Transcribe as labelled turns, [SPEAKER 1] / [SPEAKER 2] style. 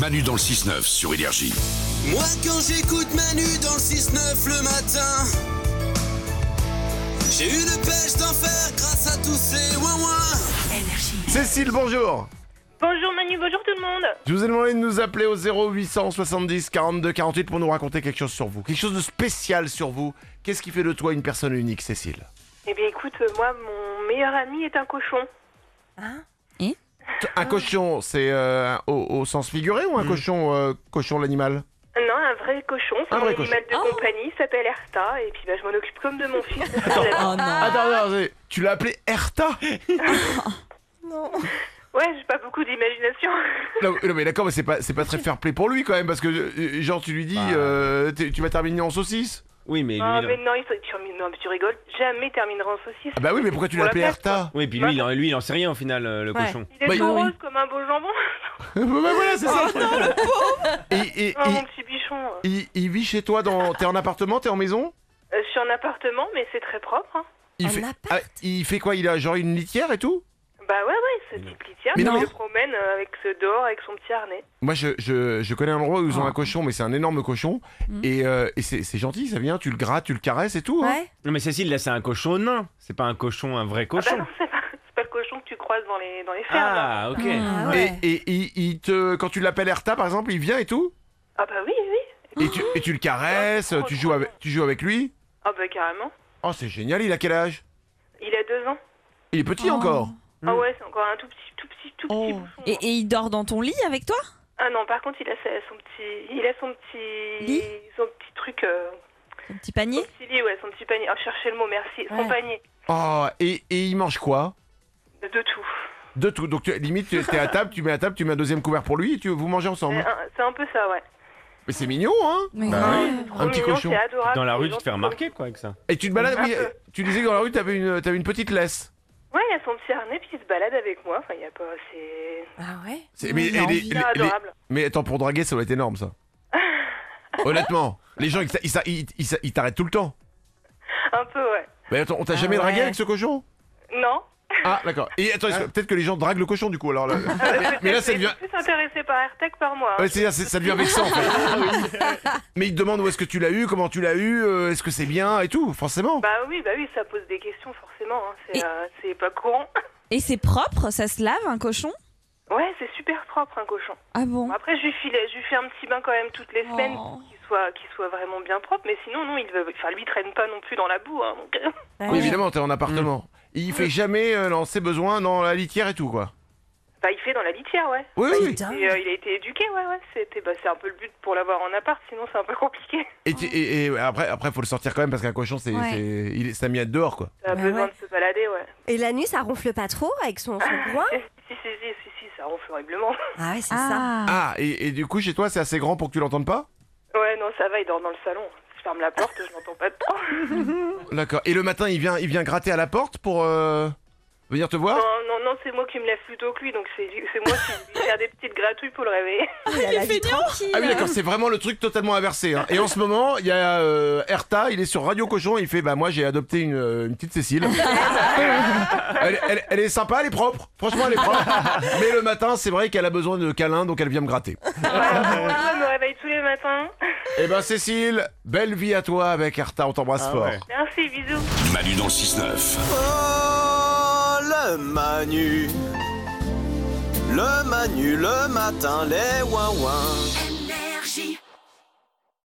[SPEAKER 1] Manu dans le 6-9 sur Énergie.
[SPEAKER 2] Moi quand j'écoute Manu dans le 6-9 le matin J'ai une pêche d'enfer grâce à tous ces ouin
[SPEAKER 3] Cécile, bonjour.
[SPEAKER 4] Bonjour Manu, bonjour tout le monde.
[SPEAKER 3] Je vous ai demandé de nous appeler au 0870 42 48 pour nous raconter quelque chose sur vous, quelque chose de spécial sur vous. Qu'est-ce qui fait de toi une personne unique, Cécile
[SPEAKER 4] Eh bien écoute, euh, moi mon meilleur ami est un cochon.
[SPEAKER 3] Un cochon, c'est euh, au, au sens figuré
[SPEAKER 4] Hmm.
[SPEAKER 3] ou un cochon, euh, cochon l'animal
[SPEAKER 4] Non, un vrai cochon, c'est
[SPEAKER 3] Un
[SPEAKER 4] mon
[SPEAKER 3] vrai
[SPEAKER 4] animal de compagnie, il s'appelle Erta, et puis bah, je m'en occupe comme de mon fils.
[SPEAKER 5] Oh
[SPEAKER 4] Ah.
[SPEAKER 5] non.
[SPEAKER 3] Attends, attends, attends, tu l'as appelé Erta
[SPEAKER 4] ouais, j'ai pas beaucoup d'imagination.
[SPEAKER 3] non, non, mais d'accord, mais c'est pas, c'est pas très fair play pour lui quand même, parce que euh, genre tu lui dis,
[SPEAKER 4] Bah.
[SPEAKER 3] euh, t'es- tu vas terminer en saucisse.
[SPEAKER 6] Oui, mais lui.
[SPEAKER 4] Ah
[SPEAKER 6] il-
[SPEAKER 4] mais non, il, tu, non, mais tu rigoles, jamais terminera en saucisse.
[SPEAKER 3] Ah bah oui, mais pourquoi tu
[SPEAKER 4] On
[SPEAKER 3] l'as appelé
[SPEAKER 4] l'appelle,
[SPEAKER 3] Erta
[SPEAKER 6] Oui, puis lui, il en, lui, il en sait rien au final, euh, le
[SPEAKER 5] Ouais.
[SPEAKER 6] cochon.
[SPEAKER 4] Il est
[SPEAKER 3] Bah,
[SPEAKER 4] tout
[SPEAKER 5] oui.
[SPEAKER 4] rose comme un beau jambon.
[SPEAKER 3] Bah voilà, c'est ça. Et- et-
[SPEAKER 4] Oh,
[SPEAKER 3] et-
[SPEAKER 4] mon petit bichon.
[SPEAKER 3] il- il vit chez toi, dans, t'es en appartement, t'es en maison
[SPEAKER 4] Euh, je suis en appartement, mais c'est très propre. hein.
[SPEAKER 3] Il
[SPEAKER 5] En
[SPEAKER 3] fait,
[SPEAKER 5] appart.
[SPEAKER 3] Ah, il fait quoi Il a genre une litière et tout
[SPEAKER 4] Bah ouais, ouais, ce petit litière,
[SPEAKER 3] Mais
[SPEAKER 4] il
[SPEAKER 3] non.
[SPEAKER 4] le promène euh, avec ce dehors, avec son petit harnais.
[SPEAKER 3] Moi, je, je, je connais un endroit où ils ont
[SPEAKER 5] Oh.
[SPEAKER 3] un cochon, mais c'est un énorme cochon.
[SPEAKER 5] Mm.
[SPEAKER 3] Et, euh, et c'est c'est gentil, ça vient, tu le grattes, tu le caresses et tout. hein.
[SPEAKER 5] Ouais.
[SPEAKER 6] Non, mais Cécile, là, c'est un cochon nain. C'est pas un cochon, un vrai
[SPEAKER 4] Ah bah
[SPEAKER 6] cochon.
[SPEAKER 4] non, c'est pas, c'est pas le cochon que tu croises dans les, dans les fermes. hein.
[SPEAKER 6] Ah, ok.
[SPEAKER 5] Ah,
[SPEAKER 3] Et,
[SPEAKER 5] ouais.
[SPEAKER 3] et il- il te, quand tu l'appelles Erta, par exemple, il vient et tout.
[SPEAKER 4] Ah bah oui, oui.
[SPEAKER 3] Et tu, et tu le caresses,
[SPEAKER 4] Oh,
[SPEAKER 3] tu
[SPEAKER 4] trop
[SPEAKER 3] joues, avec, tu joues avec lui.
[SPEAKER 4] Ah bah carrément.
[SPEAKER 3] Oh, c'est génial, il a quel âge
[SPEAKER 4] Il a deux ans.
[SPEAKER 3] Il est petit
[SPEAKER 5] Oh.
[SPEAKER 3] encore.
[SPEAKER 4] Ah ouais, c'est encore un tout petit, tout petit, tout petit
[SPEAKER 3] Oh.
[SPEAKER 4] bouffon. hein.
[SPEAKER 5] Et, et il dort dans ton lit avec toi
[SPEAKER 4] Ah non, par contre, il a sa- son petit, il a son petit,
[SPEAKER 5] Lit
[SPEAKER 4] son petit truc, euh,
[SPEAKER 5] Ton petit
[SPEAKER 4] son
[SPEAKER 5] panier
[SPEAKER 4] petit lit, ouais, son petit panier. Ah, cherchez le mot, merci. Son
[SPEAKER 5] Ouais.
[SPEAKER 4] panier
[SPEAKER 3] Oh, et, et il mange quoi
[SPEAKER 4] de, de tout.
[SPEAKER 3] De tout. Donc, tu- limite, tu es à table, tu mets à table, tu mets un deuxième couvert pour lui et tu, vous mangez
[SPEAKER 4] C'est
[SPEAKER 3] ensemble.
[SPEAKER 4] un, c'est un peu ça, ouais. Ah,
[SPEAKER 3] Mais c'est mignon, hein
[SPEAKER 5] Mais
[SPEAKER 3] Bah
[SPEAKER 5] grave.
[SPEAKER 3] Un petit cochon.
[SPEAKER 4] C'est adorable.
[SPEAKER 6] Dans la
[SPEAKER 4] c'est
[SPEAKER 6] rue, tu te
[SPEAKER 4] gentil.
[SPEAKER 6] fais remarquer, quoi, avec ça.
[SPEAKER 3] Et tu te balades,
[SPEAKER 4] Un
[SPEAKER 3] oui,
[SPEAKER 4] peu.
[SPEAKER 3] tu disais que dans la rue, t'avais une, t'avais une petite laisse.
[SPEAKER 4] Ouais, il a son petit harnais puis il se balade avec moi. Enfin, il y a pas, c'est
[SPEAKER 5] Ah ouais.
[SPEAKER 3] C'est- mais-
[SPEAKER 5] Il a
[SPEAKER 3] et les-
[SPEAKER 5] envie.
[SPEAKER 4] c'est
[SPEAKER 3] les-
[SPEAKER 4] adorable.
[SPEAKER 3] Mais attends, pour draguer, ça doit être énorme, ça. Honnêtement, les gens, ils t'a- ils t'a- ils- ils t'a- ils t'arrêtent tout le temps.
[SPEAKER 4] Un peu, ouais.
[SPEAKER 3] Mais attends, on t'a
[SPEAKER 5] Ah
[SPEAKER 3] jamais dragué
[SPEAKER 5] ouais.
[SPEAKER 3] avec ce cochon
[SPEAKER 4] Non.
[SPEAKER 3] Ah, d'accord. Et attends, est-ce que- peut-être que les gens draguent le cochon, du coup, alors. là-
[SPEAKER 4] Ah.
[SPEAKER 3] mais, mais là, ça
[SPEAKER 4] Mais je
[SPEAKER 3] devient.
[SPEAKER 4] suis plus intéressé par AirTag que par moi. hein.
[SPEAKER 3] Ouais, c'est- c'est- ça devient vexant, en fait. Mais ils te demandent où est-ce que tu l'as eu, comment tu l'as eu, euh, est-ce que c'est bien et tout, forcément.
[SPEAKER 4] Bah oui, bah oui, ça pose des questions forcément. hein. C'est
[SPEAKER 5] Et-
[SPEAKER 4] euh, c'est pas courant.
[SPEAKER 5] Et c'est propre, ça se lave un cochon
[SPEAKER 4] Ouais, c'est super propre un cochon.
[SPEAKER 5] Ah bon
[SPEAKER 4] Bon, Après, je lui file, je lui fais un petit bain quand même toutes les semaines
[SPEAKER 5] Oh.
[SPEAKER 4] pour qu'il soit, qu'il soit vraiment bien propre. Mais sinon, non, il veut, enfin, lui il traîne pas non plus dans la boue. Hein, donc...
[SPEAKER 3] Oui,
[SPEAKER 5] Ouais.
[SPEAKER 3] évidemment, t'es en appartement. Il fait jamais euh, dans ses besoins dans la litière et tout, quoi.
[SPEAKER 4] Bah, il fait dans la litière, ouais.
[SPEAKER 3] Oui, oui, oui.
[SPEAKER 5] Putain.
[SPEAKER 4] Et euh, il a été éduqué, ouais, ouais. C'était, bah, c'est un peu le but pour l'avoir en appart. Sinon, c'est un peu compliqué.
[SPEAKER 3] Et, tu- et- et après, après, faut le sortir quand même parce qu'un cochon, c'est,
[SPEAKER 5] Ouais.
[SPEAKER 3] c'est- il est- ça a mis à dehors, quoi.
[SPEAKER 4] Ça a
[SPEAKER 5] Bah
[SPEAKER 4] besoin
[SPEAKER 5] ouais.
[SPEAKER 4] de se balader, ouais.
[SPEAKER 7] Et l'anus, ça ronfle pas trop avec son, son groin
[SPEAKER 4] Si, si, si, si, si, si, ça ronfle horriblement.
[SPEAKER 7] Ah ouais, c'est
[SPEAKER 5] Ah.
[SPEAKER 3] Ah, et, et du coup, chez toi, c'est assez grand pour que tu l'entendes pas
[SPEAKER 4] Ouais, non, ça va, il dort dans le salon. Je ferme la porte, je n'entends pas de temps.
[SPEAKER 3] D'accord. Et le matin, il vient, il vient gratter à la porte pour euh, venir te
[SPEAKER 5] Ah.
[SPEAKER 3] voir
[SPEAKER 4] Non, non, non, c'est moi qui me lève plutôt que lui, donc c'est c'est moi qui lui faire des petites gratouilles pour le réveiller.
[SPEAKER 7] ça. Il a la vie tranquille.
[SPEAKER 3] Ah oui, d'accord, c'est vraiment le truc totalement inversé. hein. Et en ce moment, il y a euh, Erta, il est sur Radio Cochon, il fait Bah, moi, j'ai adopté une, euh, une petite Cécile. elle, elle- elle est sympa, elle est propre. Franchement, elle est propre. Mais le matin, c'est vrai qu'elle a besoin de câlin, donc elle vient me gratter.
[SPEAKER 4] Voilà, moi, je me réveille tous les matins.
[SPEAKER 3] Eh ben, Cécile, belle vie à toi avec Erta, on t'embrasse
[SPEAKER 6] Ah
[SPEAKER 3] fort.
[SPEAKER 6] ouais.
[SPEAKER 4] Merci, bisous.
[SPEAKER 1] Manu dans le 6-9.
[SPEAKER 2] Oh le Manu Le Manu le matin les ouin